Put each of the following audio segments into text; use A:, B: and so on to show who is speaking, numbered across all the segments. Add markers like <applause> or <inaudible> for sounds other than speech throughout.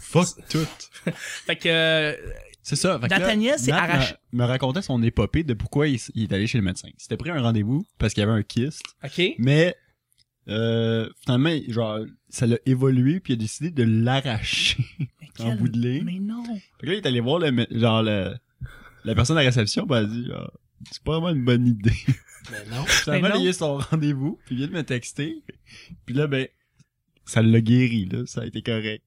A: Fuck tout.
B: Fait que euh,
C: C'est ça. Fait que là,
B: Nathaniel s'est
C: Nat me-
B: arraché.
C: Me racontait son épopée de pourquoi il, s- il est allé chez le médecin. Il s'était pris un rendez-vous parce qu'il y avait un kyste.
B: OK.
C: Mais euh, finalement, genre, ça l'a évolué puis il a décidé de l'arracher <laughs>
B: Mais
C: en bout de ligne.
B: Mais non.
C: Fait que là, il est allé voir le, mé- genre, le- la personne à la réception, puis elle a dit, genre, c'est pas vraiment une bonne idée.
B: <laughs>
A: Mais non.
C: Finalement,
B: Ben non.
C: il a eu son rendez-vous, puis il vient de me texter. Puis là, ben, ça l'a guéri, là, ça a été correct.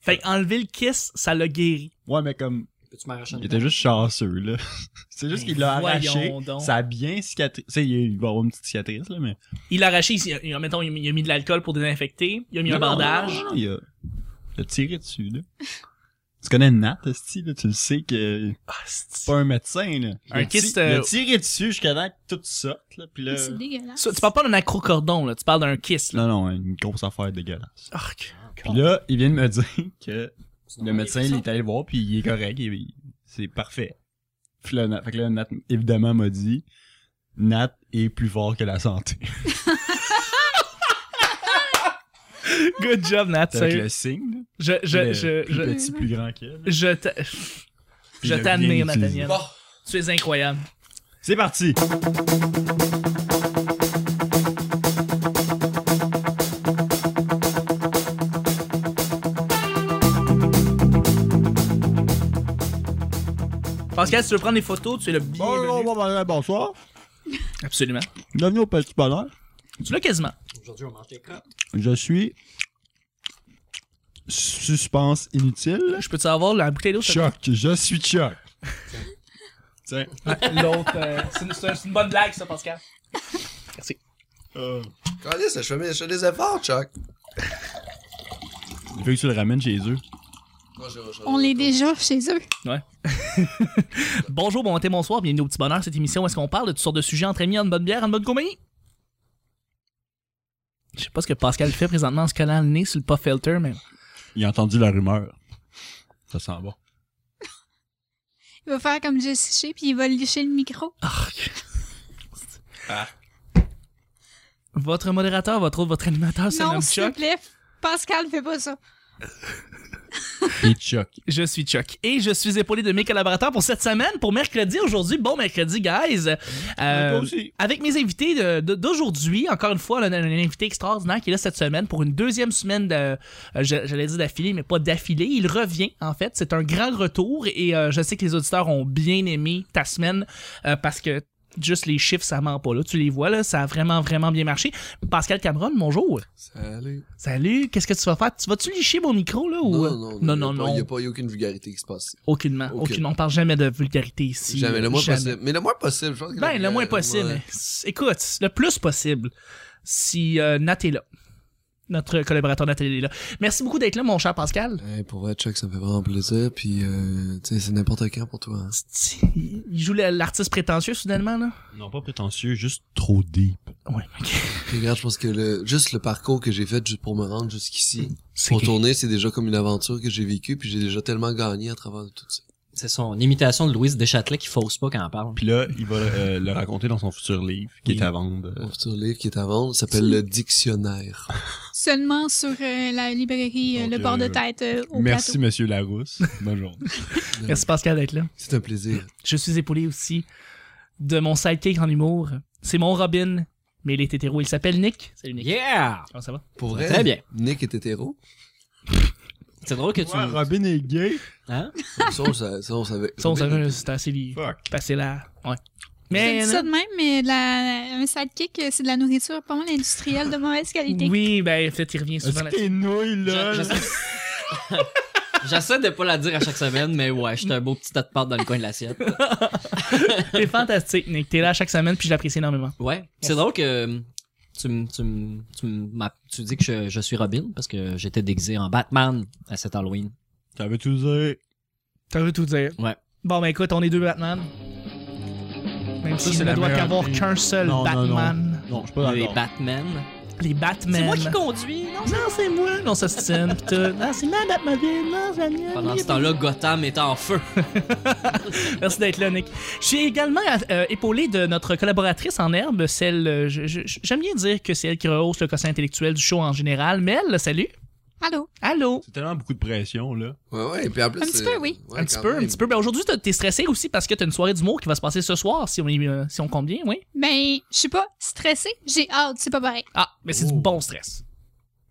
B: Fait enlever le kiss, ça l'a guéri.
C: Ouais, mais comme,
A: Peux-tu m'arracher une
C: il était juste chanceux, là. <laughs> c'est juste
B: Mais
C: qu'il l'a arraché,
B: voyons donc.
C: ça a bien cicatrisé. Tu sais, il va avoir une petite cicatrice, là, mais...
B: Il l'a arraché, il, il- mettons, il, a mis- il a mis de l'alcool pour désinfecter, il a mis un
C: Non, non,
B: bandage.
C: non, non, Il a, il a tiré dessus, là. Tu connais Nat, esti, là, tu le sais que
B: Ah,
C: c'est
B: c'est-
C: pas un médecin, là. Il a
B: Un
C: ti-
B: kyste,
C: Il a
B: euh,
C: tiré dessus jusqu'à temps que tout sorte, là, puis là...
D: C'est dégueulasse.
B: Ça, Tu parles pas d'un accrocordon, là, tu parles d'un kiss, là.
C: Non, non, une grosse affaire dégueulasse.
B: Arc.
C: Puis là, il vient de me <laughs> dire que le
A: Non,
C: médecin, il est allé le voir, puis il est correct, il- il- c'est parfait. Puis là, Nat, fait que là, Nat, évidemment, m'a dit, Nat est plus fort que la santé.
B: Good job, Nat.
C: C'est
B: sérieux.
C: le signe, là.
B: Je, je,
C: Mais
B: je,
C: plus
B: je,
C: petit, plus grand qu'elle.
B: je, t'a- je
C: Il a
B: t'admire,
C: bien utilisé.
B: Nathaniel.
A: Bon.
B: Tu es incroyable.
C: C'est parti!
B: Pascal, si tu veux prendre des photos, tu es le bienvenu.
C: bonsoir.
B: Absolument.
C: Bienvenue au Petit Bonheur.
B: Tu l'as quasiment.
A: Aujourd'hui, on mange des crottes.
C: Je suis suspense inutile.
B: Je peux te savoir la bouteille d'eau? ça-
C: Choc, je suis choc. <laughs> Tiens.
B: L'autre, euh, c'est une- c'est une bonne blague, ça, Pascal.
C: Euh.
E: Calisse, je fais, mes- je fais des efforts, Chuck.
C: Il faut que tu le ramènes chez eux.
E: Moi, je- je-
D: On l'est déjà chez eux.
B: <laughs> Bonjour, bon matin, bonsoir, bienvenue au Petit Bonheur, cette émission où est-ce qu'on parle de toutes sortes de sujets entre amis, en bonne bière, en bonne compagnie. Je sais pas ce que Pascal fait présentement en se collant le nez sur le puff filter, mais
C: Il a entendu la rumeur. Ça sent bon.
D: Il va faire comme Jesse Shea, puis il va licher le micro.
B: Ah, votre modérateur, votre autre, votre animateur, c'est
D: non,
B: nomme
D: s'il te
B: Chuck.
D: plaît, Pascal, fais pas ça.
C: Et choc.
B: Je suis Chuck et je suis épaulé de mes collaborateurs pour cette semaine, pour mercredi aujourd'hui. Bon mercredi, guys. Euh,
C: Toi aussi.
B: Avec mes invités de- de- d'aujourd'hui, encore une fois, on a un, un invité extraordinaire qui est là cette semaine pour une deuxième semaine, de, euh, je- j'allais dire d'affilée, mais pas d'affilée. Il revient, en fait. C'est un grand retour et euh, je sais que les auditeurs ont bien aimé ta semaine euh, parce que juste les chiffres, ça ment pas. Là, tu les vois, là, ça a vraiment, vraiment bien marché. Pascal Cameron, bonjour.
E: Salut.
B: Salut, qu'est-ce que tu vas faire? Tu vas-tu licher mon micro, là? Ou... euh? non, non.
E: Il n'y a
B: non.
E: pas y a aucune vulgarité qui se passe.
B: Aucunement,
E: Aucune.
B: aucunement. On parle jamais de vulgarité ici. euh,
E: Jamais, le moins
B: Jamais.
E: possible. Mais le moins possible, je pense que
B: Ben, le moins possible.
E: Ouais.
B: Écoute, le plus possible si euh, Nat est là. Notre collaborateur Nat est là. Merci beaucoup d'être là, mon cher Pascal.
E: Hey, pour vrai, Chuck, ça me fait vraiment plaisir. Puis, euh, tu sais, c'est n'importe quand pour toi. hein.
B: Il joue la- l'artiste prétentieux, soudainement, là.
C: Non, pas prétentieux, juste trop deep.
B: Ouais, ok.
E: Puis, regarde, je pense que le, juste le parcours que j'ai fait juste pour me rendre jusqu'ici,
B: C'est-
E: pour tourner, c'est déjà comme une aventure que j'ai vécue. Puis, j'ai déjà tellement gagné à travers tout ça.
F: C'est son imitation de Louise Deschâtelet qui fausse pas quand elle parle.
C: Puis là, il va euh, le raconter dans son futur livre qui
E: Oui.
C: est à vendre. euh,
E: Mon futur livre qui est à vendre s'appelle Le Dictionnaire.
D: Seulement sur euh, la librairie euh,
C: Donc,
D: Le Bord de
C: euh,
D: Tête euh, au
C: Merci,
D: plateau.
C: monsieur Larousse. Bonjour.
B: Merci Pascal d'être là.
E: C'est un plaisir.
B: Je suis épaulé aussi de mon sidekick en humour. C'est mon Robin, mais il est hétéro. Il s'appelle Nick. Salut Nick.
F: Yeah!
B: Comment ça va?
E: Pour vrai.
F: Très bien.
E: Nick est hétéro.
F: C'est drôle que tu...
C: Ouais, Robin est gay.
F: Hein?
E: ça, on savait. Ça, on savait.
B: Ça, on savait, c'était assez li-
C: Fuck.
B: passé là. Ouais.
D: J'ai
B: Mais.
D: dit ça de même, mais de la, un sidekick, euh, c'est de la nourriture pas mal industrielle de mauvaise qualité.
B: Oui, ben, peut-être il revient souvent
C: Est-ce
B: là
C: que <laughs> t'es nouille, là?
F: Je- j'essaie- J'essaie de <laughs> pas la dire à chaque semaine, mais ouais, j'étais un beau petit tas de pâtes dans le coin de l'assiette.
B: T'es fantastique, Nick. T'es là chaque semaine, puis je l'apprécie énormément.
F: Ouais. C'est drôle que euh, tu me tu me- tu me- ma- tu dis que je, je suis Robin parce que j'étais déguisé en Batman à cet Halloween.
C: Ça veut tout dire.
B: T'as vu tout dire.
F: Ouais.
B: Bon, ben écoute, on est deux Batman. Même
C: Ça,
B: si
C: c'est
B: on ne
C: la
B: doit
C: meilleure
B: qu'avoir
C: idée.
B: qu'un seul
C: Non, non,
B: Batman.
C: Non, je suis pas
F: Les
C: d'accord.
F: Batman.
B: Les Batman.
F: conduis, non?
B: Non, c'est moi. Non, ça se tient, pis tout. Non, c'est ma Batmobile. Non, c'est la mienne.
F: Pendant ce temps-là, Gotham est en feu.
B: Merci d'être là, Nick. Je suis également euh, épaulé de notre collaboratrice en herbe, celle. euh, je- je- J'aime bien dire que c'est elle qui rehausse le quotient intellectuel du show en général, mais elle, salut.
D: Allô?
B: Allô?
C: C'est tellement beaucoup de pression, là.
E: Ouais, ouais, puis en plus.
D: Un petit
E: euh,
D: peu, oui.
E: ouais,
B: un petit
E: quand
B: peu, un
E: même.
B: petit peu. Ben aujourd'hui, t'as- t'es stressé aussi parce que t'as une soirée d'humour qui va se passer ce soir, si on, est, euh, si on compte bien, oui.
D: Ben, je suis pas stressée, j'ai hâte, c'est pas pareil.
B: Ah, mais c'est du
C: Oh.
B: bon stress.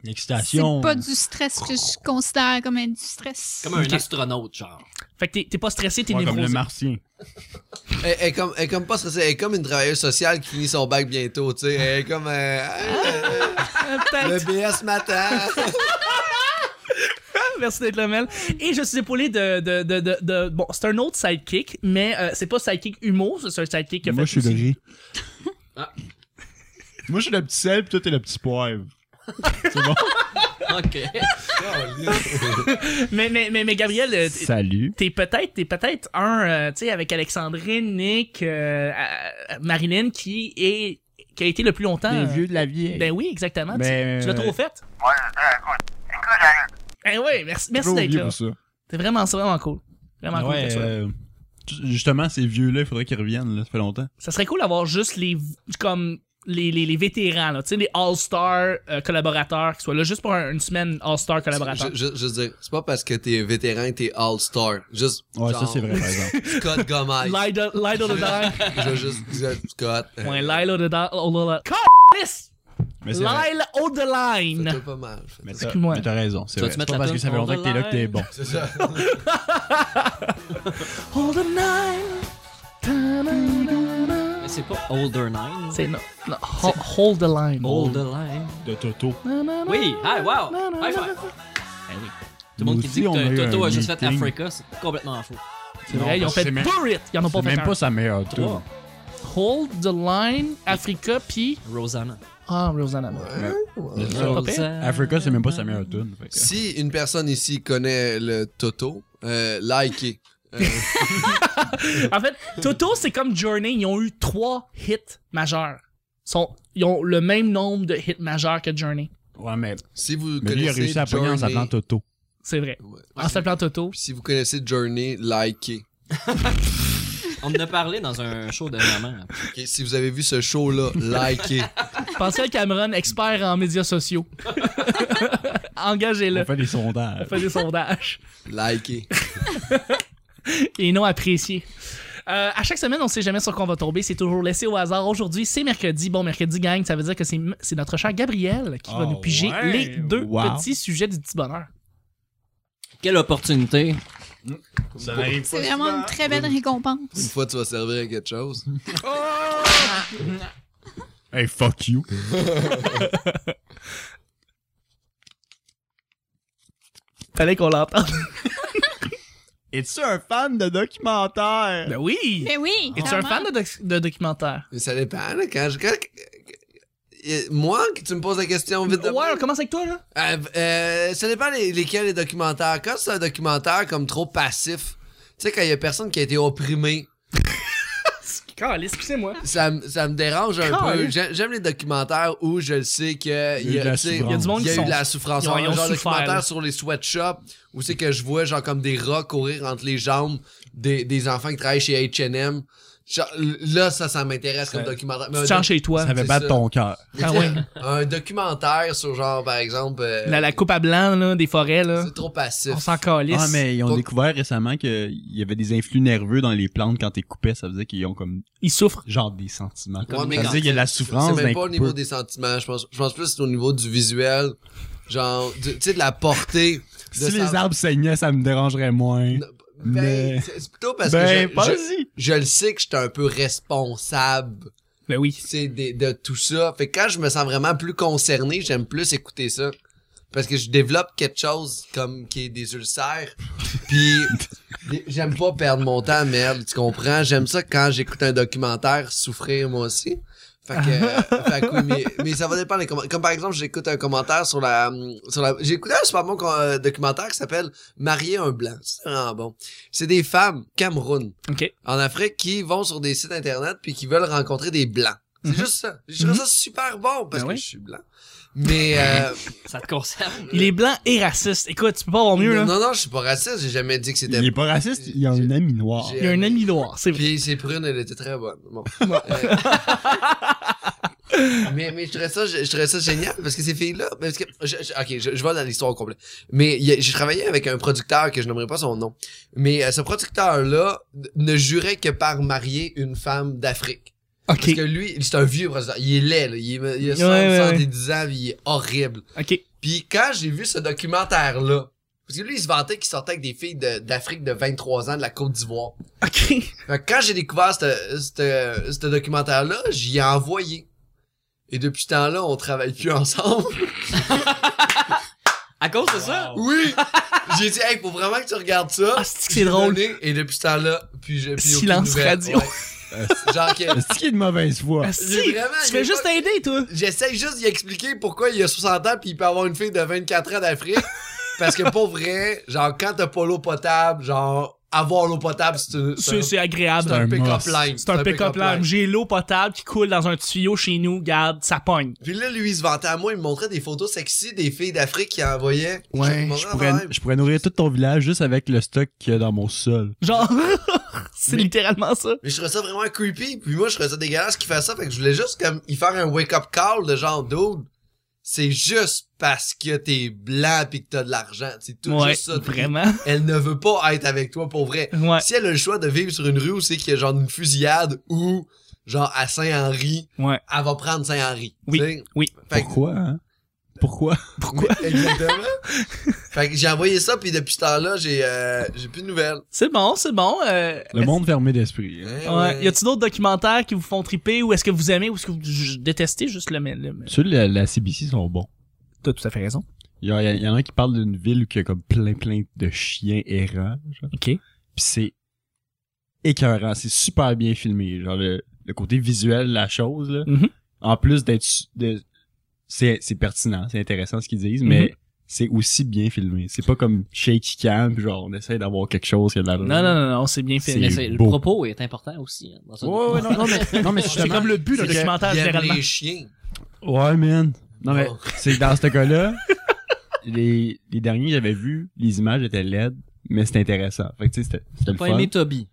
D: C'est
C: L'excitation.
D: pas du stress que je considère comme un- du stress.
F: Comme un astronaute, genre.
B: Fait que t'es- t'es pas stressé, t'es
C: Ouais, comme le
B: névrosé.
C: martien.
E: Elle, elle est comme, elle est comme pas stressée, elle est comme une travailleuse sociale qui finit son bac bientôt, tu sais. Elle est comme. euh, euh,
B: Ah, peut-être.
E: le BS matin.
B: Merci d'être là, Mel. Et je suis épaulé de. de, de, de, de- bon, c'est un autre sidekick, mais euh, c'est pas sidekick humour, c'est un sidekick qui a
C: Moi, je
B: fait
C: suis le
B: aussi-
C: riz.
F: Ah.
C: Moi, je suis le petit sel, puis toi, t'es le petit poivre. C'est bon?
F: OK.
B: mais, mais, mais, mais Gabriel, euh, t'es-
C: Salut.
B: t'es peut-être t'es peut-être un, euh, tu sais, avec Alexandrine, Nick, euh, euh, Marilyn, qui est qui a été le plus longtemps. euh,
C: de la vieille.
B: Ben oui, exactement. Tu-
C: Ben,
B: tu
C: euh,
B: l'as trop faite. Eh oui, merci, merci
C: Trop
B: d'être
C: vieux
B: là.
C: pour ça.
B: C'est vraiment, c'est vraiment cool. Vraiment cool. que
C: Ouais,
B: tu sois là.
C: euh, tu- justement, ces vieux-là, il faudrait qu'ils reviennent, là. Ça fait longtemps.
B: Ça serait cool d'avoir juste les comme les, les, les vétérans, là, tu sais, les All-Star euh, collaborateurs qui soient là juste pour un- une semaine All-Star collaborateurs.
E: Je, je, je veux dire, c'est pas parce que t'es vétéran que t'es All-Star. Juste.
C: Ouais, ça,
E: genre,
C: c'est vrai, par exemple.
E: Scott Gomez.
B: Lida Lida
C: <laughs>
B: the Dog.
E: Je veux juste dire, Scott. euh,
B: Ouais, Lila the Dog. Oh là là. Câlisse!
C: Mais c'est vrai.
B: Lila on the
E: Fais-toi
B: line.
E: pas mal. fais-toi
C: Mais t'as
B: Excuse-moi.
C: mais t'as raison, c'est
F: Tu vas-tu
C: vrai. C'est pas
F: mettre la
C: parce que
F: tune
C: ça fait longtemps que t'es là que t'es
F: online?
C: bon.
E: C'est ça.
B: On the line. Ta-na-na-na.
F: Mais c'est pas Older Nine.
B: C'est non. non, ho- Hold the line.
F: Older Nine.
C: De Toto.
B: Na-na-na.
F: Oui, hi, wow. High five. Ben oui. Tout le monde qui dit que Toto a juste fait Africa, c'est complètement faux.
B: C'est vrai, ils ont fait
C: C'est même,
B: Bury It. Ils en ont pas
C: c'est
B: fait
C: même
B: un.
C: pas sa meilleure tour.
F: Trois.
B: Hold the line, Africa, puis.
F: Rosanna.
B: Ah, Rosanna. Mars. pas pire.
C: Africa, c'est même pas sa meilleure tune. fait que-
E: Si une personne ici connaît le Toto, euh, likez. Euh,
B: En fait, Toto, c'est comme Journey. Ils ont eu trois hits majeurs. Ils sont- ils ont le même nombre de hits majeurs que Journey.
C: Ouais, mais,
E: si vous
C: mais lui, il a
E: connaissez
C: réussi à pogner en
E: Journey,
C: s'appelant Toto.
B: C'est vrai.
E: Ouais.
B: En s'appelant
E: <laughs>
B: Toto.
E: Puis si vous connaissez Journey, likez.
F: On en a parlé dans un show dernièrement.
E: Ok, Si vous avez vu ce show-là, likez.
B: Pascal Cameron, expert en médias sociaux. <laughs> Engagez-le.
C: On fait des sondages.
B: Fais des sondages.
E: likez.
B: Et non appréciés. Euh, à chaque semaine, on sait jamais sur quoi on va tomber. C'est toujours laissé au hasard. Aujourd'hui, c'est mercredi. Bon, mercredi gang, ça veut dire que c'est c'est notre cher Gabriel qui va
C: Oh,
B: nous piger
C: ouais.
B: les deux
C: Wow.
B: petits sujets du petit bonheur.
F: Quelle opportunité.
C: Ça n'arrive
D: C'est vraiment une très belle récompense.
E: Une fois, tu vas servir à quelque chose.
C: Hey, fuck you.
B: Fallait qu'on l'entende.
C: Es-tu un fan de documentaire?
B: Ben oui!
D: Mais oui!
B: Es-tu un fan de, doc- de documentaire?
E: Mais ça dépend, là, quand je... quand- Moi, que tu me poses la question vite de...
B: Ouais, on commence avec toi, là.
E: Euh, euh, ça dépend les- lesquels les documentaires. Quand c'est un documentaire comme trop passif, tu sais, quand il y a personne qui a été opprimé,
B: Calais, excusez-moi.
E: ça, me- ça me dérange un
B: Calme.
E: peu. J'ai- J'aime les documentaires où je le sais que
C: Il y a eu de la
E: tu sais,
C: souffrance.
B: Il y a du monde
E: il y
B: qui
E: a eu
B: sont-
E: de la souffrance.
B: ils ont-
E: Un
B: ils ont
E: genre de
B: souffert, là.
E: documentaire sur les sweatshops où c'est que je vois genre comme des rats courir entre les jambes des, des enfants qui travaillent chez H&M. Genre, Là, ça, ça m'intéresse comme
C: Ça-
E: documentaire. Mais
B: Tu
E: un
B: te sens
E: doc-
B: chez toi.
C: Ça fait
E: c'est
C: battre
E: ça.
C: ton cœur.
B: Ah ouais.
E: un documentaire sur genre, par exemple, euh,
B: La, la coupe à blanc, là, des forêts, là.
E: c'est trop passif.
B: On s'en calisse.
C: Ah, mais ils ont
E: Pas-
C: découvert récemment qu'il y avait des influx nerveux dans les plantes quand ils coupaient. Ça faisait qu'ils ont comme
B: Ils souffrent.
C: genre des sentiments.
E: Ouais, mais
C: ça veut dire
E: quand-
C: qu'il y a de la souffrance
E: C'est même
C: d'un
E: pas au niveau des sentiments. Je pense, je pense plus que c'est au niveau du visuel. Genre, du- tu sais, de la portée. de
C: Si les
E: savoir-
C: arbres saignaient, ça me dérangerait moins.
E: Non, Ben,
C: Mais-
E: c'est c'est plutôt parce
C: ben,
E: que je, je,
C: vas-y.
E: je le sais que j'étais un peu responsable,
B: Ben oui.
E: tu sais, de, de tout ça. Fait que quand je me sens vraiment plus concerné, j'aime plus écouter ça. Parce que je développe quelque chose comme qui est des ulcères. Puis <laughs> les- j'aime pas perdre mon temps, merde, tu comprends? J'aime ça quand j'écoute un documentaire souffrir moi aussi. Fait que, fait que oui, mais, mais ça va dépendre des commentaires. Comme par exemple, j'écoute un commentaire sur la, sur la, j'ai écouté un super bon con- euh, documentaire qui s'appelle Marier un blanc. C'est vraiment bon. C'est des femmes Cameroun
B: OK.
E: en Afrique qui vont sur des sites internet puis qui veulent rencontrer des blancs. C'est juste ça. Je trouve ça super bon parce
B: Mm-hmm. Ben
E: que
B: oui. Ben,
E: je suis blanc. Mais euh,
F: Ça te concerne.
B: Il est blanc et raciste. Écoute, tu peux pas avoir mieux, là.
E: non, non, non, je suis pas raciste. J'ai jamais dit que
C: Il
E: c'était.
C: est pas raciste, il y a un
E: J'ai-
C: ami noir.
E: j'ai-
B: Il y a un ami noir, c'est vrai. <laughs>
E: Puis ses prunes, elles étaient très bonnes. Bon. Euh, mais, mais je trouvais ça, je, je trouvais ça génial parce que ces filles-là, parce que, je, je- ok, je, je vais dans l'histoire au complet. Mais il y a- j'ai travaillé avec un producteur que je nommerai pas son nom. Mais euh, ce producteur-là ne jurait que par marier une femme d'Afrique.
B: Ok,
E: Parce que lui, c'est un vieux producteur. Il est laid, là. Il, est- il a
B: Ouais,
E: 100,
B: ouais,
E: 110 ans, puis il est horrible.
B: ok.
E: Puis quand j'ai vu ce documentaire-là, parce que lui, il se vantait qu'il sortait avec des filles de- d'Afrique de, 23 ans de la Côte d'Ivoire.
B: Ok.
E: Fait que quand j'ai découvert ce- ce ce documentaire-là, j'y ai envoyé. Et depuis ce temps-là, on travaille plus ensemble.
F: À cause de ça?
E: Oui! j'ai dit, hey, faut vraiment que tu regardes ça.
B: Ah, c'est-tu que c'est
E: Je l'ai
B: drôle.
E: donné, Et depuis ce temps-là, puis j'ai puis aucune
B: Silence
E: nouvelle.
B: radio.
E: Ouais. Genre que
C: Est-ce qu'il est de mauvaise foi?
B: Ah, si,
E: J'ai vraiment-
B: tu fais
E: j'ai
B: juste
E: pas-
B: aider, toi.
E: J'essaie juste d'y expliquer pourquoi il a 60 ans puis il peut avoir une fille de 24 ans d'Afrique. Parce que pour vrai, genre, quand t'as pas l'eau potable, genre, avoir l'eau potable, c'est un- c'est
B: C'est
E: un,
B: c'est agréable.
E: c'est un
C: un
E: pick-up
C: must.
E: line.
B: C'est un pick-up line. J'ai l'eau potable qui coule dans un tuyau chez nous, garde, ça pogne.
E: Puis là, lui, il se vantait à moi, il me montrait des photos sexy des filles d'Afrique qu'il envoyait.
C: Ouais, je pourrais, je pourrais nourrir tout ton village juste avec le stock qu'il y a dans mon sol.
B: Genre, <laughs> c'est littéralement ça.
E: Mais je trouvais ça vraiment creepy. Puis moi, je trouvais ça dégueulasse qu'il fasse ça. Fait que je voulais juste comme y faire un wake-up call de genre dude. C'est juste parce que t'es blanc pis que t'as de l'argent. C'est tout
B: ouais,
E: juste ça.
B: vraiment.
E: Elle ne veut pas être avec toi pour vrai.
B: Ouais,
E: Si elle a le choix de vivre sur une rue où c'est qu'il y a genre une fusillade ou genre à Saint-Henri,
B: ouais.
E: elle va prendre Saint-Henri.
B: Oui,
E: tu sais.
B: oui.
E: Fait que-
C: Pourquoi, hein? Pourquoi?
B: Pourquoi?
E: <laughs> Exactement. fait que j'ai envoyé ça puis depuis ce temps-là, j'ai euh, j'ai plus de nouvelles.
B: C'est bon, c'est bon. euh,
C: Le monde fermé d'esprit. hein.
E: Hein,
B: Ouais.
E: ouais.
B: Y a-tu d'autres documentaires qui vous font triper ou est-ce que vous aimez ou est-ce que vous j- détestez juste le. le, le-
C: Ceux de la, la CBC sont bons.
B: T'as tout à fait raison.
C: Il y, a- il y en a un qui parle d'une ville où il y a comme plein plein de chiens errants. genre.
B: Ok.
C: Puis c'est écœurant, c'est super bien filmé. Genre le, le côté visuel de la chose, là.
B: Mhm.
C: En plus d'être... su- de- C'est, c'est pertinent, c'est intéressant ce qu'ils disent,
B: Mm-hmm.
C: mais c'est aussi bien filmé. C'est pas comme shaky cam, puis genre on essaie d'avoir quelque chose qui a de la...
B: Non, non, non, non, c'est bien
C: C'est
B: fait.
F: Mais c'est- le
C: beau.
F: propos est important aussi. hein, dans ce-
C: Ouais, ouais, non, non, mais,
F: <laughs>
C: non, mais
B: C'est
C: justement-
B: comme le but d'un
E: C'est que
B: documentaire,
E: il aime
B: généralement.
E: les chiens.
C: Ouais, man. Non, mais
E: Oh.
C: c'est que dans ce cas-là, les, les derniers que j'avais vus, les images étaient laides, mais c'était intéressant. Fait que, tu sais, c'était, c'était le
F: Pas
C: fun.
F: aimé Toby.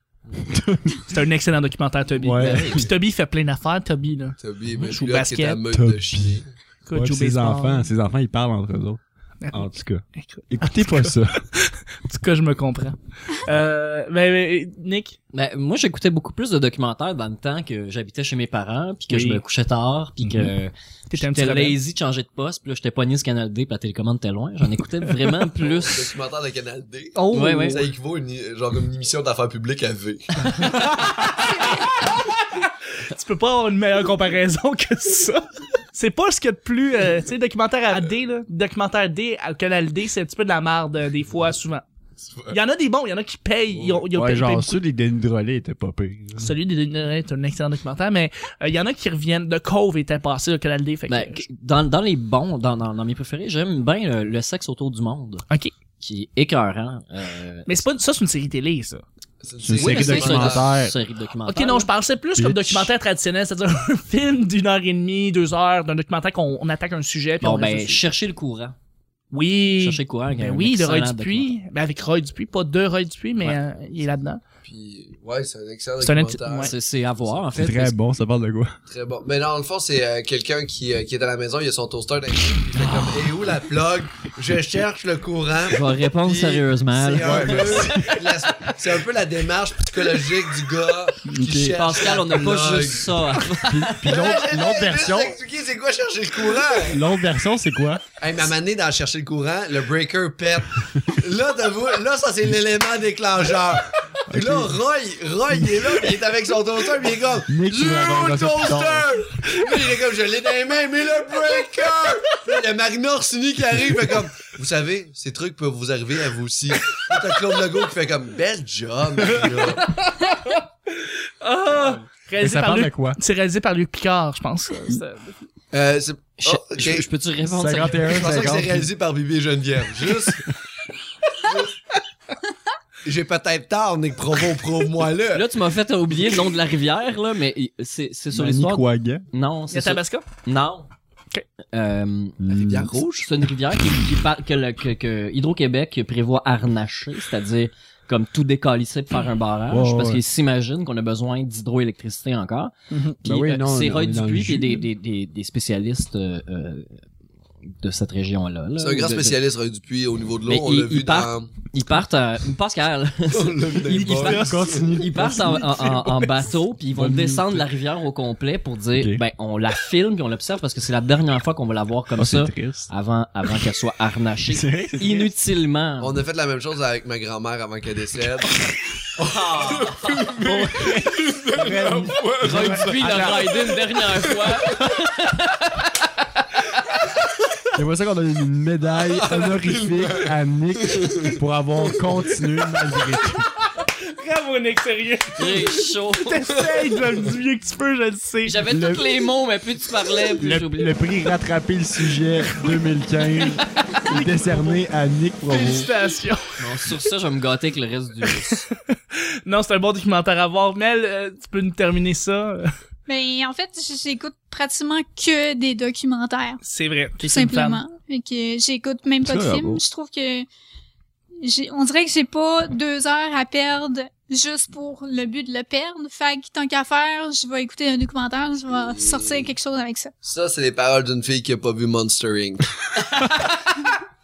B: C'est un excellent documentaire, Toby. Ben,
C: Ouais.
B: Puis Toby fait plein d'affaires, Toby, là.
E: Toby,
B: Moi,
E: mais
B: je joue
E: là, qui est
B: basket.
E: ta meute
C: Toby.
E: de chiens.
B: Écoute,
C: Ouais,
B: joue au
C: ses
B: baseball.
C: enfants, ses enfants, ils parlent entre eux autres. En tout cas.
B: Écoute,
C: Écoutez pas ça.
B: En tout cas, je
C: <laughs>
B: me comprends. Euh, mais, mais, Nick,
F: Ben, moi, j'écoutais beaucoup plus de documentaires dans le temps que j'habitais chez mes parents, puis que
B: Oui.
F: je me couchais tard, puis que
C: Mm-hmm.
B: t'étais un petit
F: j'étais
B: rebelle.
F: lazy de changer de poste, puis là, j'étais pogné sur Canal D, puis la télécommande était loin. J'en
B: <laughs>
F: écoutais vraiment
E: Le
F: plus.
E: documentaire de Canal D.
F: Oh, ouais, ouais.
E: Ça équivaut à une, genre comme une émission d'affaires publiques à V.
B: Tu peux pas avoir une meilleure comparaison <laughs> que ça. C'est pas ce qu'il y a de plus, euh, tu sais, documentaire à D, là. Documentaire D, à Canal D, c'est un petit peu de la merde, euh, des fois, souvent. Il y en a des bons, il y en a qui payent. Ils ont, ils ont
C: Ouais,
B: payé- payé
C: genre,
B: beaucoup.
C: ceux des Denis Drolet étaient pas pires.
B: Celui des Denis est un excellent documentaire, mais euh, il y en a qui reviennent. The Cove était passé au Canal D, fait que...
F: Ben, que- dans, dans les bons, dans, dans, dans mes préférés, j'aime bien le, le sexe autour du monde,
B: OK.
F: qui est écœurant. Euh,
B: Mais c'est pas... Ça, c'est une série télé, ça.
E: C'est
C: C'est une
F: oui, mais
C: série
F: c'est une
C: documentaire.
F: série documentaire.
B: Ok, non, je pensais plus comme
C: Bitch.
B: documentaire traditionnel, c'est-à-dire <laughs> un film d'une heure et demie, deux heures, d'un documentaire qu'on on attaque un sujet. Puis
F: Bon,
B: on reste
F: ben,
B: dessus.
F: chercher le courant.
B: oui.
F: Chercher le courant. avec
B: Ben
F: un
B: oui, de Roy
F: excellent
B: Dupuis. Ben avec Roy Dupuis, pas de Roy Dupuis, mais
F: Ouais.
B: euh, il est là-dedans.
E: Puis, ouais, c'est un excellent
B: C'est un inti-
E: documentaire.
B: ouais.
F: C'est c'est à voir, en
C: C'est
F: fait.
C: très bon, ça parle de quoi?
E: Très bon. Mais dans le fond, c'est euh, quelqu'un qui, euh, qui est à la maison, il a son toaster dans les mains, puis il fait comme, et où la plug? Je cherche le courant.
F: Ah. Je vais répondre
E: Puis,
F: sérieusement.
E: C'est un,
F: Ouais.
E: peu <laughs> la- c'est un peu la démarche psychologique du gars qui
C: Ok.
E: cherche
F: Pascal, on n'a
E: la
F: pas
E: plug.
F: juste ça. à faire.
C: <laughs> Puis l'autre,
E: Hey, hey,
C: l'autre
E: hey,
C: version,
E: Juste expliquer c'est quoi chercher le courant.
C: l'autre version, c'est quoi?
E: Hey, ma manée dans chercher le courant, le breaker pète. Là, t'avoue, là, ça, c'est l'élément déclencheur. Puis là, Roy, Roy, il est là, puis il est avec son toaster, puis il est comme,
C: Nick,
E: il
C: il va
E: est où
C: avoir
E: le
C: besoin de
E: toaster? Puis il est comme, je l'ai dans les mains, mais le breaker! Puis là, le Marina Orsini qui arrive, fait comme, vous savez, ces trucs peuvent vous arriver à vous aussi. Là, t'as Claude Legault qui fait comme, bel job, Marina.
B: Ah!
C: Mais
B: Réalisé
C: ça
B: par
C: parle de
B: Luc...
C: quoi?
B: C'est réalisé par Luc Picard, je pense. <laughs> C'est-
E: Euh, c'est,
F: Je,
E: oh, ok.
F: je- je peux-tu répondre sérieusement?
C: 51,
E: Je pensais que c'est
C: 50.
E: réalisé par Bibi et Geneviève. Juste. Juste. J'ai peut-être tard, Nick Provo, prouve-moi-le.
F: Là, tu m'as fait oublier le nom de la rivière, là, mais c'est c'est sur l'histoire.
C: Manicouagan.
F: Non,
B: Il y
F: c'est
B: a
F: sur...
B: Tabasco?
F: Non. Euh,
C: Hmm.
E: Rivière rouge?
F: C'est une rivière qui, qui par- que, le- que- que Hydro-Québec prévoit harnacher, c'est-à-dire comme tout décalisser pour faire un barrage,
C: Ouais,
F: parce
C: ouais.
F: qu'ils s'imaginent qu'on a besoin d'hydroélectricité encore.
B: Mhm.
F: Puis
C: Ben oui,
F: euh,
C: non,
F: c'est
C: on
F: Roy
C: est dans le
F: Dupuis, qui est
C: jus,
F: des,
C: là.
F: des, des, des spécialistes euh, euh, de cette région-là. là.
E: C'est un grand
F: De- de-
E: spécialiste Roy Dupuis au niveau de l'eau.
F: Mais
E: On
F: il-
E: l'a
F: il
E: vu
F: part-
E: dans. <laughs>
F: Ils partent, à-
C: <laughs>
F: Pascal,
E: on l'a vu dans les
F: Il- il
E: bars.
F: part-
C: Continue.
F: ils partent en, en- en- en bateau, puis ils vont
C: Bonne
F: descendre la rivière au complet pour dire,
C: Ok.
F: ben, on la filme, puis on l'observe, parce que c'est la dernière fois qu'on va la voir comme
C: Ah,
F: ça,
C: c'est triste.
F: avant, avant qu'elle soit
C: <laughs>
F: harnachée.
C: C'est vrai que c'est triste.
F: Inutilement.
E: On a fait la même chose avec ma grand-mère avant qu'elle décède.
F: Roy Dupuis l'a raidé une dernière fois.
C: J'aimerais ça qu'on donne une médaille honorifique à Nick pour avoir continué malgré tout.
B: Bravo, Nick, sérieux.
F: Très chaud.
B: <laughs> T'essayes de le du mieux que tu peux, je le sais.
F: J'avais
C: Le-
F: tous les mots, mais plus tu parlais, plus
C: Le,
F: j'oubliais.
C: le prix rattraper le sujet 2015 est décerné à Nick Provo.
B: Félicitations.
F: Bon, sur ça, je vais me gâter avec le reste du
B: Non, c'est un bon documentaire à voir. Mel, euh, tu peux nous terminer ça?
D: Ben, en fait, j- j'écoute pratiquement que des documentaires,
B: C'est vrai.
D: tout simplement. Fait que j'écoute même pas de
C: Ça, bravo.
D: films. Je trouve que j'ai- on dirait que j'ai pas deux heures à perdre juste pour le but de le perdre. Fait que tant qu'à faire, je vais écouter un documentaire, je vais sortir quelque chose avec ça.
E: Ça, c'est les paroles d'une fille qui a pas vu Monster Inc.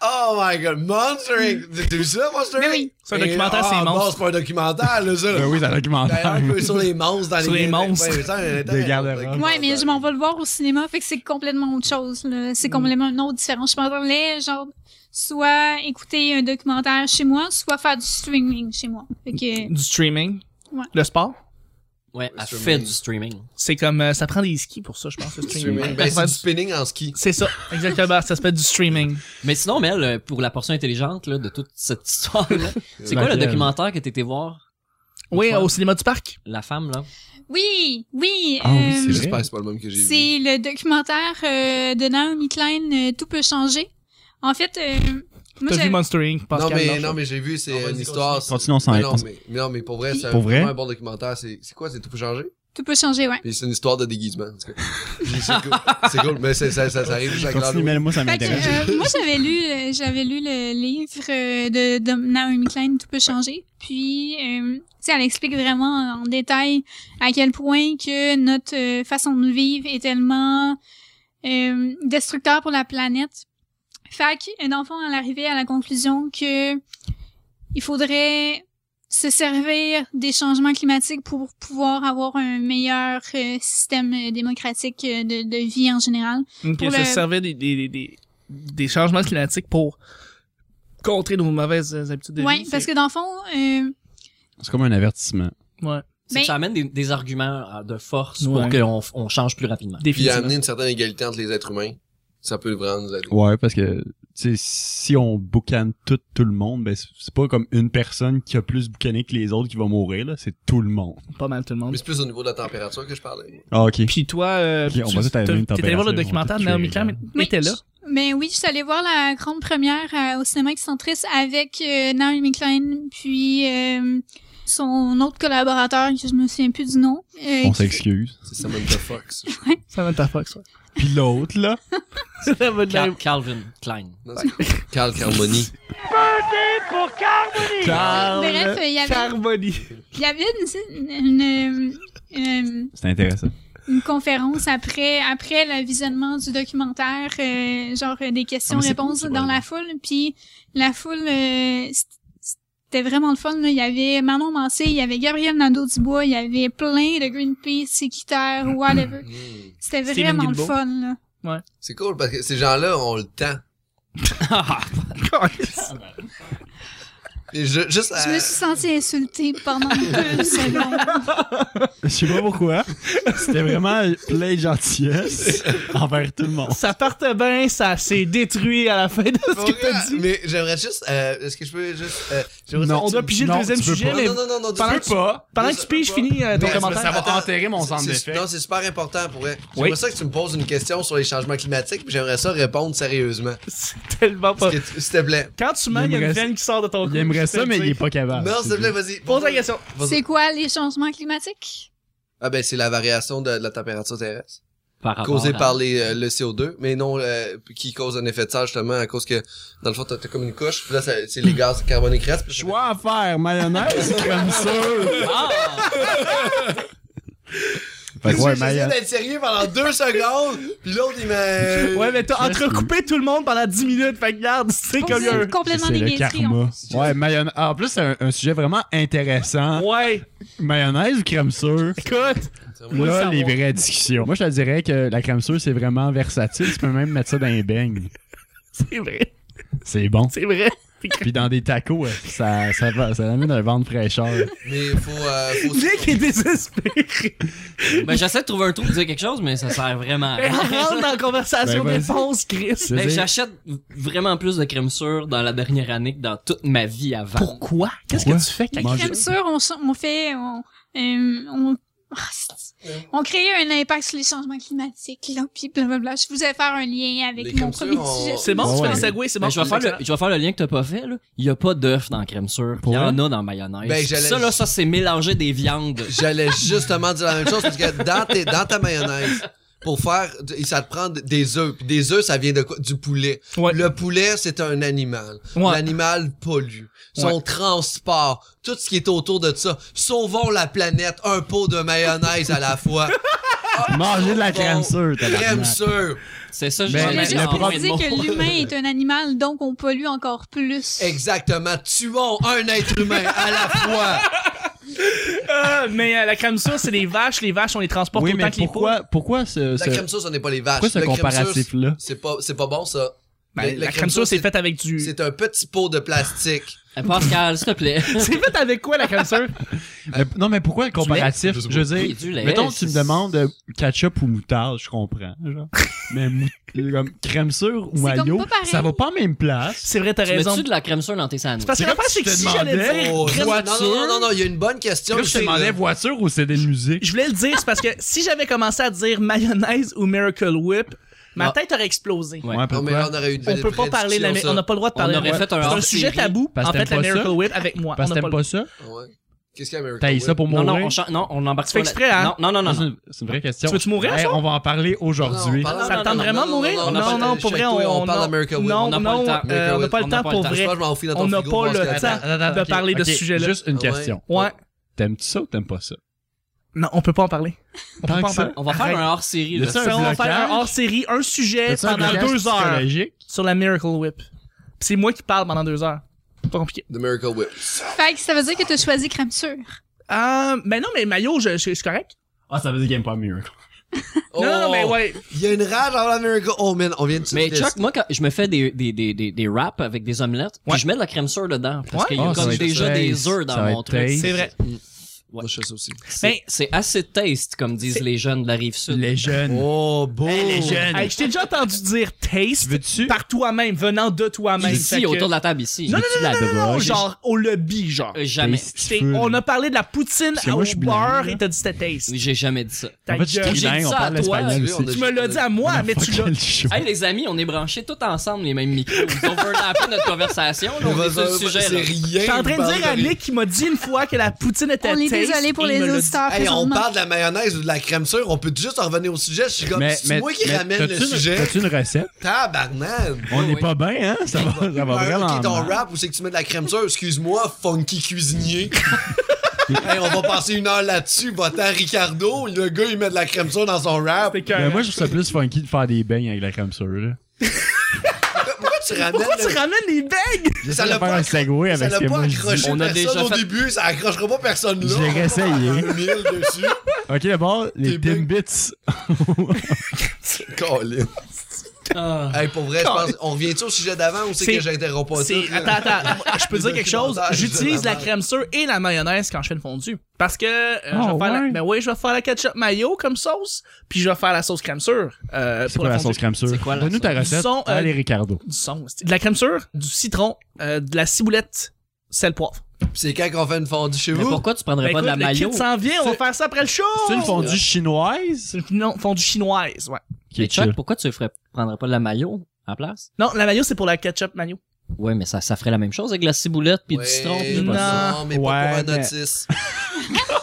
E: oh my god, Monster Inc! T'as vu ça, Monster Inc?
D: Ben oui.
B: C'est un
E: Et-
B: documentaire, c'est
E: ah,
B: monstre.
E: bon, c'est pas un documentaire, là,
C: Ben
E: ça.
C: oui, c'est un
E: D'ailleurs,
C: documentaire.
E: un peu sur les monstres dans
B: Sur les monstres.
E: Ouais, ça, un
C: Des garde-robes.
E: documentaire.
D: Ouais, mais je m'en vais le voir au cinéma, fait que c'est complètement autre chose. là.
C: Mm.
D: C'est complètement une autre différence. Je m'entendais, genre, soit écouter un documentaire chez moi, soit faire du streaming chez moi. Fait
C: Mm.
D: que,
B: Du streaming.
D: Ouais.
B: Le sport.
F: <laughs> Ouais, elle
E: Streaming.
F: fait du streaming.
B: C'est comme, euh, ça prend des skis pour ça, je pense, le streaming.
E: Streaming. Ben,
B: Ça
E: c'est
B: fait
E: du spinning en ski.
B: du- C'est ça, exactement. Ça se fait du streaming.
F: Mais sinon, Mel, euh, pour la portion intelligente là, de toute cette histoire-là, c'est quoi le
C: Laquelle?
F: documentaire que t'étais voir?
B: Oui,
F: Toi.
B: au cinéma du parc.
F: La femme, là?
D: oui, oui,
C: Ah oui,
D: euh,
C: c'est vrai.
E: J'espère que c'est pas le même que j'ai vu.
D: c'est le documentaire euh, de Naomi Klein, euh, Tout peut changer. En fait, euh, moi,
B: T'as
D: j'ai-
B: vu Monster Inc.
E: Non
B: Pascal,
E: mais,
B: non?
E: non, mais j'ai vu, c'est
F: Non, vas-y,
E: une histoire.
C: Continue, on s'en
E: Mais
C: est.
E: non, mais, mais non, mais pour vrai, c'est
C: Pour vrai?
E: vraiment un bon documentaire. C'est c'est quoi, c'est tout peut changer?
D: Tout peut changer, ouais.
E: Puis c'est une histoire de déguisement. en tout cas. Puis C'est cool. C'est cool, mais c'est- ça, ça, ça arrive chaque
C: Continue, mais moi, ça
D: Fait que,
C: m'intéresse.
D: euh, moi, j'avais lu, euh, j'avais lu le livre euh, de, de Naomi Klein, Tout peut changer. Puis, euh, tu sais, elle explique vraiment en, en détail à quel point que notre euh, façon de vivre est tellement euh, destructeur pour la planète. Fait que, euh, dans le fond, elle arrivait à la conclusion que il faudrait se servir des changements climatiques pour pouvoir avoir un meilleur euh, système euh, démocratique euh, de, de vie en général.
B: Ok,
D: Pour
B: ça
D: le-
B: servait des, des, des, des, des changements climatiques pour contrer nos mauvaises euh, habitudes de
D: Oui,
B: vie.
D: parce que dans le fond, euh,
C: C'est comme un avertissement.
B: que... Ouais,
F: C'est
D: Ben-
F: que ça amène des, des arguments euh, de force
B: Ouais.
F: pour qu'on f- on change plus rapidement.
E: Puis
B: définitivement.
E: amener une certaine égalité entre les êtres humains, ça peut vraiment nous aider.
C: Ouais, parce que, tu sais, si on boucane tout, tout le monde, ben, c'est- c'est pas comme une personne qui a plus boucané que les autres qui va mourir, là. C'est tout le monde.
B: Pas mal tout le monde.
E: Mais c'est plus au niveau de la température que je parlais.
C: Ah, ok.
B: Puis toi, euh,
C: Ok, on
B: tu-
C: va tout à la
B: t'as-
C: même
B: t'es allé voir
C: température,
B: le documentaire
C: on
B: de
C: va tout
B: Naomi
C: tuer,
B: Klein,
C: là.
B: mais
D: Oui.
B: était là.
D: Ben oui, je suis allée voir la grande première euh, au cinéma Excentrice avec euh, Naomi Klein, puis euh, son autre collaborateur, que je me souviens plus du nom. euh,
C: On
D: qui-
C: s'excuse.
E: C'est Samantha
B: <laughs>
E: Fox.
B: Samantha Fox,
D: <laughs>
B: ouais.
C: Puis l'autre, là.
B: Ça va de la-
F: Cal- Calvin Klein.
E: Non, c'est Carl Carmoni.
D: Bref, il y avait,
B: Carboni.
D: il y avait une, une, une- euh,
C: C'est intéressant.
D: une conférence après, après le visionnement du documentaire, euh, genre euh, des
C: Ah, mais c'est
D: questions-réponses
C: cool, ça,
D: dans la foule. Puis la foule, euh, c't- c'était vraiment le fun. là. Il y avait Manon Mancé, il y avait Gabriel Nadeau-Dubois, il y avait plein de Greenpeace, Séquitaire,
C: <clears throat>
D: whatever.
E: Hmm.
D: C'était
B: Steven
D: vraiment le
B: Guilbeault.
D: fun. Là.
E: C'est cool parce que ces gens-là ont le temps. Et je, juste euh, à-
D: Je me suis sentie insultée
C: <laughs>
D: pendant deux secondes.
C: Je sais pas pourquoi. C'était vraiment plein de gentillesse envers tout le monde.
B: <laughs> Ça partait bien, ça s'est détruit à la fin de
E: Pour
B: ce que
E: vrai,
B: t'as dit.
E: Mais j'aimerais juste. euh, Est-ce que je peux juste. euh, j'aimerais
C: Non,
E: ça-
B: On doit piger le
C: non,
B: deuxième
C: tu peux
B: sujet,
E: non,
B: mais
E: non, non, non, non,
B: pendant
E: non,
B: que tu, pendant que tu piges, finis euh, ton
E: Mais-
B: commentaire.
E: ça va Attends,
C: enterrer mon
E: C'est- c'est- Non, c'est super important pour vrai. J'aimerais
B: Oui.
E: ça que tu me poses une question sur les changements climatiques, puis j'aimerais ça répondre sérieusement.
B: C'est tellement pas...
E: Est-ce que tu- S'il te plaît.
B: Quand tu mens, il y a
C: Il
B: une
C: aimerait-
B: veine qui sort de ton cou.
C: Il aimerait
B: je te
C: ça,
B: le
C: mais
B: dis.
C: il est pas capable.
E: Non, s'il te plaît, vas-y.
B: Ah, Pose la question.
E: Vas-y.
D: C'est quoi les changements climatiques?
E: Ah ben, c'est la variation de, de la température terrestre.
F: par rapport
E: causé
F: à-
E: par les, euh, le CO2, mais non, euh, qui cause un effet de serre justement à cause que, dans le fond, t'as t'as comme une couche, puis là, ça- c'est les gaz carboniques restent. puis ça fait-
C: Choix à faire, mayonnaise comme ça.
F: Ah!
C: Fait que ouais,
E: J'essaie
C: mayonnaise.
E: d'être sérieux pendant deux secondes, puis l'autre, il m'a...
B: Euh, Ouais, mais t'as entrecoupé tout le monde pendant 10 minutes. Fait que regarde, c'est comme un.
D: C'est complètement
C: C'est
D: des
C: le
D: niaiseries.
C: karma.
D: on-
C: Ouais, mayonnaise. Ah, en plus, c'est un, un sujet vraiment intéressant.
B: Ouais,
C: Mayonnaise ou crème sûre?
B: écoute. Moi, le
C: Là,
B: savoir.
C: les vraies discussions. Moi, je te dirais que la crème sûre, c'est vraiment versatile. Tu peux même mettre ça dans les beignes.
B: C'est vrai,
C: C'est bon.
B: c'est vrai.
C: Puis dans des tacos, euh, ça, ça, va- ça amène un vent de fraîcheur.
E: Mais faut... euh, faut...
B: Nick est <laughs> désespéré.
F: Ben, j'essaie de trouver un trou pour dire quelque chose, mais ça sert vraiment à
B: Elle
F: rien.
B: rentre dans la conversation
C: Ben, vas-y.
B: défense, Chris.
C: Je veux
F: Ben,
C: dire,
F: j'achète vraiment plus de crème sûre dans la dernière année que dans toute ma vie avant.
B: Pourquoi? Qu'est-ce que
C: Pourquoi?
B: tu fais avec la
C: Mange-
D: crème
B: crème?
D: sûre, on, s- on fait, on, euh, on, ah, c'est- on crée un impact sur les changements climatiques, là, puis blablabla. Je vous ai faire un lien avec
E: Les
D: mon
E: crèmes
D: premier
E: sûres, on-
D: sujet.
B: C'est bon, tu
C: Ouais.
B: fais le segway, c'est bon.
F: Ben, je, vais faire le, je vais faire le lien que t'as pas fait, là. Il y a pas d'œuf dans la crème sûre. Il y en a dans mayonnaise.
E: Ben, j'allais-
F: ça, là, ça, c'est mélanger des viandes.
E: J'allais justement dire la même chose, parce que dans, tes- dans ta mayonnaise, pour faire... Ça te prend des œufs, puis des œufs, ça vient de quoi? Du poulet.
B: Ouais.
E: Le poulet, c'est un animal.
B: Ouais.
E: L'animal pollue. Son transport, tout ce qui est autour de ça. Sauvons la planète, un pot de mayonnaise à la fois.
C: <laughs> Manger de la
E: Bon,
C: crème sûre, tabarnak.
E: Crème sûre.
F: C'est ça, je
C: Ben,
D: Je voulais
C: Mais
F: disais
D: juste
F: en moins de
D: préciser
F: mots.
D: que l'humain est un animal, donc on pollue encore plus.
E: Exactement. Tuons un être humain à la fois.
C: <laughs>
B: Ah, mais euh, la crème sûre, c'est des vaches. Les vaches, on les transporte
C: Oui,
B: autant
C: mais
B: que les poules.
C: pourquoi, pourquoi ce,
E: La
C: ce-
E: crème sûre, ce n'est pas les vaches.
C: pourquoi ce
E: Le crème sûre, <laughs>
C: comparatif-là?
E: C'est pas, c'est pas bon, ça.
B: Ben,
E: Le-
B: la, crème sûre, c'est fait avec du.
E: C'est un petit pot de plastique.
F: Eh, Pascal, s'il
C: <laughs>
F: te plaît.
B: C'est fait avec quoi la crème sûre?
C: Mais- Euh, non, mais pourquoi le comparatif?
A: Du lait?
C: Je veux
F: Oui,
C: dire,
F: du lait,
C: mettons, tu
F: c'est-
C: me demandes euh, ketchup ou moutarde, je comprends. genre. mais mou- comme crème sûre ou
D: C'est comme
C: mayo,
D: pas pareil.
C: ça va pas en même place.
B: C'est vrai, t'as
F: Tu
B: raison.
F: mets-tu de la crème sûre dans tes sandwichs?
B: C'est parce que
C: C'est
B: l'affaire,
C: comme si
B: c'est que
C: je te
B: si j'allais
C: demandais,
B: dire
E: Oh,
B: crème
E: non, non, non,
B: sûre-
E: non, non, il y a une bonne question.
C: Là, je te
E: c'est euh,
C: demandais
E: le-
C: voiture ou c'est des musiques?
B: Je voulais le dire, c'est parce que si j'avais commencé à dire mayonnaise ou Miracle Whip, ma
F: Ah.
B: tête aurait explosé.
F: Ouais.
C: Ouais,
E: Non, mais
C: pourquoi?
E: là, on aurait eu une
B: On
E: belle
B: peut pas parler de la
E: prédiction,
B: on n'a pas le droit de
F: On
B: parler. de
F: aurait
B: la-
F: fait un
B: C'est un
F: hors-série.
B: sujet tabou.
C: Parce
B: en
C: que
B: fait,
C: t'aimes
B: la
C: pas ça?
B: Miracle Whip avec moi.
C: Parce que
B: on n'a
C: t'aimes
B: pas le-
C: pas ça?
E: ça. Ouais. Qu'est-ce qu'il y a, Miracle
C: T'as
E: Whip?
C: ça pour
F: Non,
C: mourir?
F: non, on chan- non, on embarque
B: Tu fais
F: pas
B: exprès,
F: là-
B: hein?
F: Non, non, non,
C: Ça, <laughs>
F: non.
C: c'est
F: non.
C: une- C'est une vraie question.
B: Tu veux-tu mourir,
C: Hey,
B: ça?
C: On va en parler aujourd'hui.
E: Non, on parle-
B: Ça
E: non,
B: te tente
E: non,
B: vraiment de
E: non,
B: mourir?
E: non, non,
B: Non,
E: on
B: non,
E: parle-
B: pour vrai,
E: Check-toi, on
B: on
E: parle
B: non,
E: d'America Will.
B: Non,
F: On n'a pas
B: non,
F: le temps.
B: euh, on n'a pas
F: On
B: le
F: n'a
B: temps pour
F: pas le temps.
B: vrai.
E: Je pense que je m'en fous dans ton
B: On n'a
E: frigo,
B: pas
E: on
B: le
E: se
B: temps.
E: répare.
B: de parler de ce sujet-là.
C: Juste une
E: Ah ouais.
C: question.
B: Ouais.
C: T'aimes-tu ça ou t'aimes pas ça?
B: Non, on peut pas en parler. On
C: Tant
B: peut pas
C: que
B: en
C: ça.
B: parler.
F: On va faire
B: Arrête.
F: un hors-série.
C: Y
F: là.
C: a-tu un
B: On va faire
C: blocage?
B: un hors série, un sujet
C: T'as-tu un
B: pendant
C: blocage
B: deux heures
C: psychologique?
B: sur la Miracle Whip. Puis C'est moi qui parle pendant deux heures. Pas compliqué.
E: The Miracle Whip.
D: Fait que ça veut dire que t'as choisi crème sûre.
B: Ah, mais non, mais Mayo, je, je, je suis correct.
C: Ah, ça veut dire qu'il aime pas Miracle.
E: Oh,
B: Non, non, mais ouais.
E: Il y a une rage avant la Miracle. Oh, man, on vient de se
F: Mais
E: détester.
F: Chuck, moi, quand je me fais des, des, des, des, des wraps avec des omelettes,
B: Ouais.
F: puis je mets de la crème sûre dedans. Parce
B: Ouais.
F: qu'il y a
C: Oh, ça
F: comme
C: va être
F: déjà des
C: taste.
F: œufs dans
C: Ça va
F: mon
C: être
F: truc.
C: taste.
B: C'est vrai.
E: Moi, je fais ça aussi.
B: Ben,
F: C'est- C'est assez taste, comme disent
B: C'est-
F: les jeunes de la rive sud.
C: Les jeunes.
E: Oh, beau.
B: hey, je t'ai déjà entendu dire taste
C: Veux-tu?
B: par toi-même, venant de toi-même. Fait
F: Ici,
B: que-
F: autour de la table, ici.
B: Non, non,
F: J'ai-tu de
B: non,
F: la
B: non, non, non,
F: drogue?
B: genre au lobby, genre.
F: Euh, Jamais.
C: Taste.
B: Je t'ai- On a parlé de la poutine
C: Parce que
B: au
C: moi, je suis
B: beurre
C: bilingue,
B: et
C: là.
B: t'as dit c'était taste.
F: Oui, J'ai jamais dit ça.
B: Ta
C: En fait, je
B: gueule.
C: suis bilingue,
F: J'ai dit
C: on
F: ça à
C: parle
F: toi,
C: espagnol
E: tu veux, on
C: aussi.
B: Tu me l'as dit à moi, mais tu l'as.
C: Quel show.
F: Hey les amis, on est branchés tous ensemble les mêmes micros. Vous overlappez notre conversation, là, on est sur le sujet.
E: C'est
F: là.
E: rien.
B: Je suis en train de
E: parle
B: dire à Nick qui m'a dit une fois que la poutine était
D: On est
B: taste.
D: désolé pour
B: et il
D: les
B: me l'a
D: auditeurs
E: Hey, on
D: présentement.
E: parle de la mayonnaise ou de la crème sûre, on peut juste en revenir au sujet. Je suis comme,
C: Mais,
E: c'est moi qui
C: mais
E: ramène le
C: t'as-tu une-
E: sujet.
C: T'as-tu une recette?
E: Tabarnak.
C: On n'est
F: oui.
C: pas bien, hein? Ça va, ça va
E: Un qui
C: vraiment.
E: est en
C: mal.
E: rap ou c'est que tu mets de la crème sûre, excuse-moi, funky cuisinier. hey, on va passer une heure là-dessus, va-t'en Ricardo, le gars il met de la crème sûre dans son rap.
B: dit.
C: Mais Ben, moi, je trouve ça plus funky de faire des beignes avec la crème sûre. Là.
E: Pourquoi tu ramènes
B: Pourquoi
E: Ben, le-
B: tu ramènes les beignes?
E: Ça
C: J'essaie
E: l'a
C: de faire
E: pas
C: un segway
E: Ça
C: avec ce
E: l'a
C: que
E: pas
C: moi je dis.
E: accroché
F: On a
E: personne
F: déjà
E: au
F: fait-
E: début, ça accrochera pas personne là.
C: Je l'ai réessayé.
E: <laughs> Un mille dessus.
C: Ok, d'abord, les
E: Des
C: Timbits.
E: Colin.
F: Ah.
E: Hey, pour vrai, je pense, on revient-tu au sujet d'avant ou c'est
B: C'est-
E: que j'interromps pas
B: C'est-
E: tout, là?
B: Attends, attends. Je peux dire quelque chose.
E: Documentaire,
B: J'utilise la
E: justement.
B: crème sûre et la mayonnaise quand je fais une fondue. Parce que euh, je vais
C: Oh,
B: faire la...
C: ouais.
B: Ben oui, je vais faire la ketchup mayo comme sauce, puis je vais faire la sauce crème sûre. euh,
C: C'est
B: pour
C: quoi la
B: fondue.
C: sauce crème sûre?
F: C'est quoi la
C: Donne-nous ta
B: sauce?
C: recette.
B: Sont, euh,
C: Allez, Ricardo.
B: Du son. c'est- De la crème sûre, du citron, euh, de la ciboulette, sel poivre.
E: C'est quand qu'on fait une fondue chez
F: Mais
E: vous?
F: pourquoi tu prendrais
B: Ben
F: pas de la
B: écoute, le kit
F: maillot?
B: s'en vient, on va faire ça après le show!
C: C'est une fondue chinoise?
B: C'est une non, fondue chinoise, ouais.
C: Qui
F: Mais
C: est
F: Chuck,
C: chill.
F: pourquoi tu ferais, prendrais pas de la maillot en place?
B: Non, la mayo, c'est pour la ketchup mayo.
F: Ouais, mais ça, ça ferait la même chose avec de la ciboulette puis
E: Ouais,
F: du citron.
C: <laughs>
B: non.
E: Non, mais pas pour
C: Ouais, mais-
E: un notice.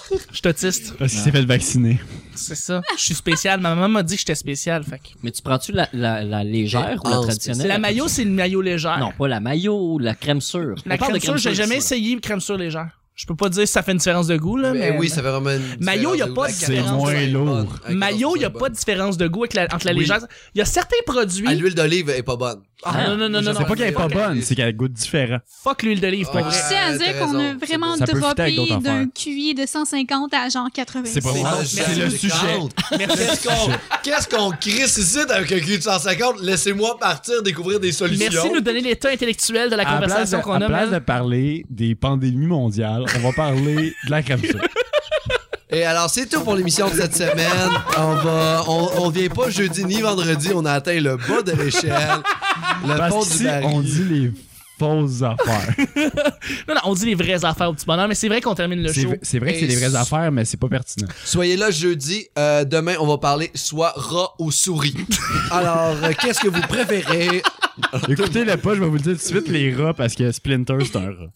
B: Je suis autiste.
C: Parce qu'il s'est fait vacciner.
B: C'est ça. Je suis spécial. Ma maman m'a dit que j'étais spécial. Fait que-
F: Mais tu prends-tu la, la, la légère ou
E: Ah,
F: la
E: c'est-
F: traditionnelle?
B: C'est la maillot, c'est une maillot légère.
F: Non, pas la maillot, la crème sûre.
B: La
F: On
B: crème
F: parle de
B: sûre, j'ai jamais
F: ça.
B: essayé crème sûre légère. Je peux pas dire si ça fait une différence de goût, là. Mais,
E: Mais oui, ça fait vraiment une
B: Maillot, y a pas de
E: il
B: différence.
C: C'est moins lourd.
B: Maillot, il n'y a pas de différence de goût avec la- entre la
E: Oui.
B: légère. Il y a certains produits.
E: Ah, l'huile d'olive est pas bonne.
B: Ah, non, non, non, non,
E: C'est
B: non.
C: C'est pas qu'elle est pas
E: ok.
C: bonne, c'est qu'elle goûte différent.
B: Fuck l'huile d'olive, pour
E: Ouais.
D: Je
B: vrai.
D: sais à
E: Ouais,
D: dire
E: t'as
D: qu'on a
E: raison.
D: vraiment
C: Ça peut fitter avec
D: droppé
C: d'autres
D: d'un
C: affaires.
D: QI de 150 à genre 80.
C: C'est pas bon.
E: Ah,
C: C'est le
E: j'en ai
C: sujet.
E: honte.
B: Merci.
E: Qu'est-ce qu'on, qu'est-ce qu'on crisse ici avec un cul de 150? Laissez-moi partir découvrir des solutions.
B: Merci de nous donner l'état intellectuel de la
C: À place, de,
B: conversation qu'on
C: à
B: a,
C: place de
B: man.
C: parler des pandémies mondiales, on va parler de la crème sûre.
E: Et alors, c'est tout pour l'émission de cette semaine. On va, on, on vient pas jeudi ni vendredi. On a atteint le bas de l'échelle. Le pont
C: Parce
E: du
C: qu'ici,
E: baril.
C: on dit les fausses affaires.
B: Non, non, on dit les vraies affaires au petit bonheur, mais c'est vrai qu'on termine le
C: C'est
B: show.
C: v- C'est vrai que c'est
E: Et
C: des vraies
E: s-
C: affaires, mais c'est pas pertinent.
E: Soyez là jeudi. Euh, demain, on va parler soit rat ou souris. Alors, euh, qu'est-ce que vous préférez?
C: Ah, Écoutez-le pas, je vais vous le dire tout de suite, les rats, parce que Splinter, c'est un rat.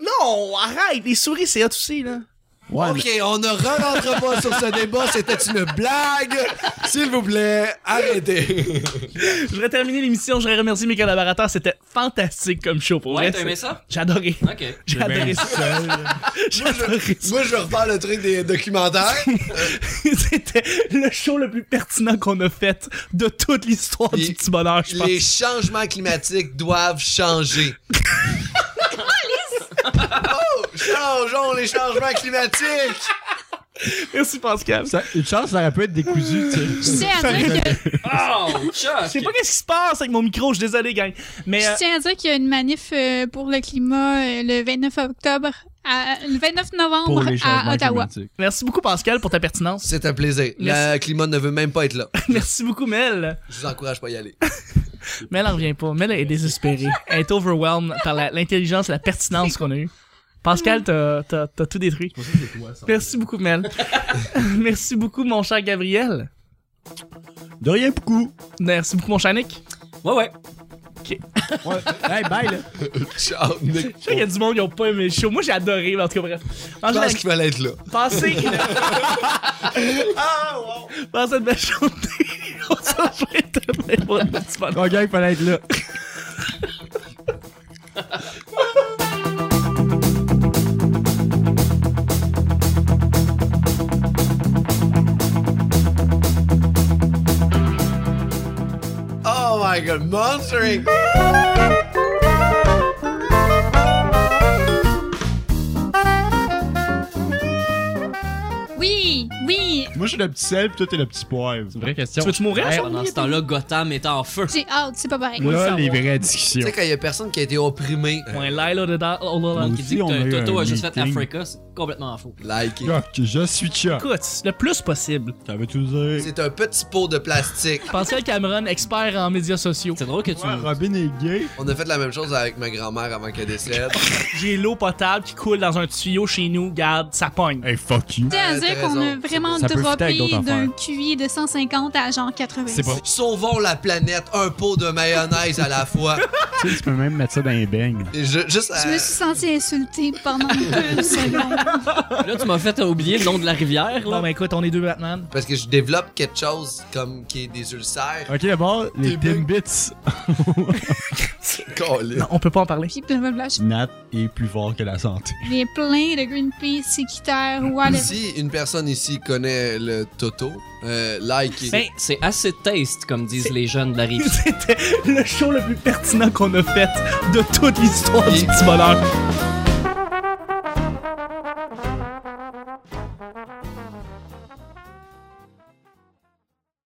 B: Non, arrête, les souris, c'est hot aussi, là.
C: Ouais,
E: ok, on ne rentre pas sur ce débat. C'était une blague. S'il vous plaît, arrêtez.
B: Je voudrais terminer l'émission, je voudrais remercier mes collaborateurs, c'était fantastique comme show pour
F: Ouais,
B: vrai.
F: t'as aimé ça?
B: J'ai adoré.
F: Ok.
B: J'ai adoré ça. <laughs> J'ai adoré ça.
E: Moi, je repars le truc des documentaires.
B: C'était le show le plus pertinent qu'on a fait de toute l'histoire
E: Les-
B: du petit bonheur, je pense.
E: Les changements climatiques doivent
B: <laughs>
E: changer. oh, changeons les changements climatiques!
B: Merci Pascal.
C: Ça- une chance, ça aurait pu être décousu, tu
D: Je
C: sais.
D: tiens
C: <laughs>
D: à dire que-
F: Oh,
B: Je sais pas qu'est-ce qui se passe avec mon micro, je suis désolé gang. Mais euh,
D: je tiens à dire qu'il y a une manif euh, pour le climat euh, le 29 octobre, à- le 29 novembre à Ottawa.
C: climatiques.
B: merci beaucoup Pascal pour ta pertinence. <laughs>
E: C'est un plaisir. Le
B: Merci.
E: climat ne veut même pas être là.
B: merci beaucoup Mel.
E: Je vous encourage pas à y aller.
B: Mel en revient pas. Mel est désespérée. Elle est overwhelmed par la- l'intelligence et la pertinence qu'on a eue. Pascal, t'as t'as- t'as tout détruit. Merci beaucoup Mel. <laughs> merci beaucoup mon cher Gabriel.
C: De rien, beaucoup.
B: Merci beaucoup mon cher Nick.
F: Ouais, ouais.
C: Ouais. Hey, bye, là.
E: Ciao, Nick.
B: <laughs> Il y a du monde qui ont pas aimé le show. Moi j'ai adoré, mais en tout cas bref.
E: Je pense qu'il fallait être là.
B: Pensez que. Pensez une belle journée. On se rejoint demain pour un petit bonheur.
C: Mon gars, il fallait être là.
E: Oh my god, Monster Inc.
D: Oui, oui,
C: Moi, je suis le petit sel, puis toi, t'es le petit poivre. C'est une vraie question.
B: Tu veux-tu mourir,
F: Hey,
B: ça?
F: pendant ce temps-là, Gotham est en feu.
D: j'ai hâte, c'est pas pareil.
C: Là, les
F: savoir.
C: vraies
E: Tu
C: discussions.
E: sais, quand il y a personne qui a été opprimé,
B: Ouais, Lila de Da- oh là là.
F: Qui
C: Aussi,
F: dit
C: on a
F: que
C: eu
F: Toto
C: un
F: a juste fait
C: meeting.
F: l'Africa, c'est complètement faux.
E: likez.
C: Chuck, je suis Chuck.
B: Écoute, le plus possible.
C: T'avais tout dit.
E: C'est un petit pot de plastique.
B: Pascal Cameron, expert en médias sociaux.
F: C'est drôle que tu.
C: Ouais, Robin est gay.
E: On a fait la même chose avec ma grand-mère avant qu'elle décède.
B: <laughs> J'ai l'eau potable qui coule dans un tuyau chez nous. Garde, ça pogne.
C: Hey, fuck you.
D: Je tiens à dire
E: t'as
D: qu'on a
E: raison.
D: vraiment
C: Ça peut fitter avec
D: droppé
C: d'autres
D: d'un QI de 150 à genre 80.
C: C'est pas.
E: Sauvons la planète, un pot de mayonnaise à la fois.
C: Tu sais, tu peux même mettre ça dans les beignes.
E: Et je- juste
D: Je
E: euh,
D: me suis sentie insultée
C: <laughs>
D: pendant deux secondes.
F: Là, tu m'as fait oublier le nom de la rivière,
B: Non,
F: là.
B: mais écoute, on est deux Batman.
E: Parce que je développe quelque chose comme qui est des ulcères.
C: Ok, d'abord, les
E: Des
C: Timbits.
E: Colin.
B: Non, on peut pas en parler.
D: Puis blablabla, je
C: Nat est plus fort que la santé.
D: fais plein de Greenpeace, équitaire, whatever.
E: Si une personne ici connaît le Toto, euh, likez.
B: Ben,
F: C'est assez taste, comme disent les jeunes de
B: <laughs>
F: la rivière.
B: C'était le show le plus pertinent qu'on a fait de toute l'histoire du petit bonheur.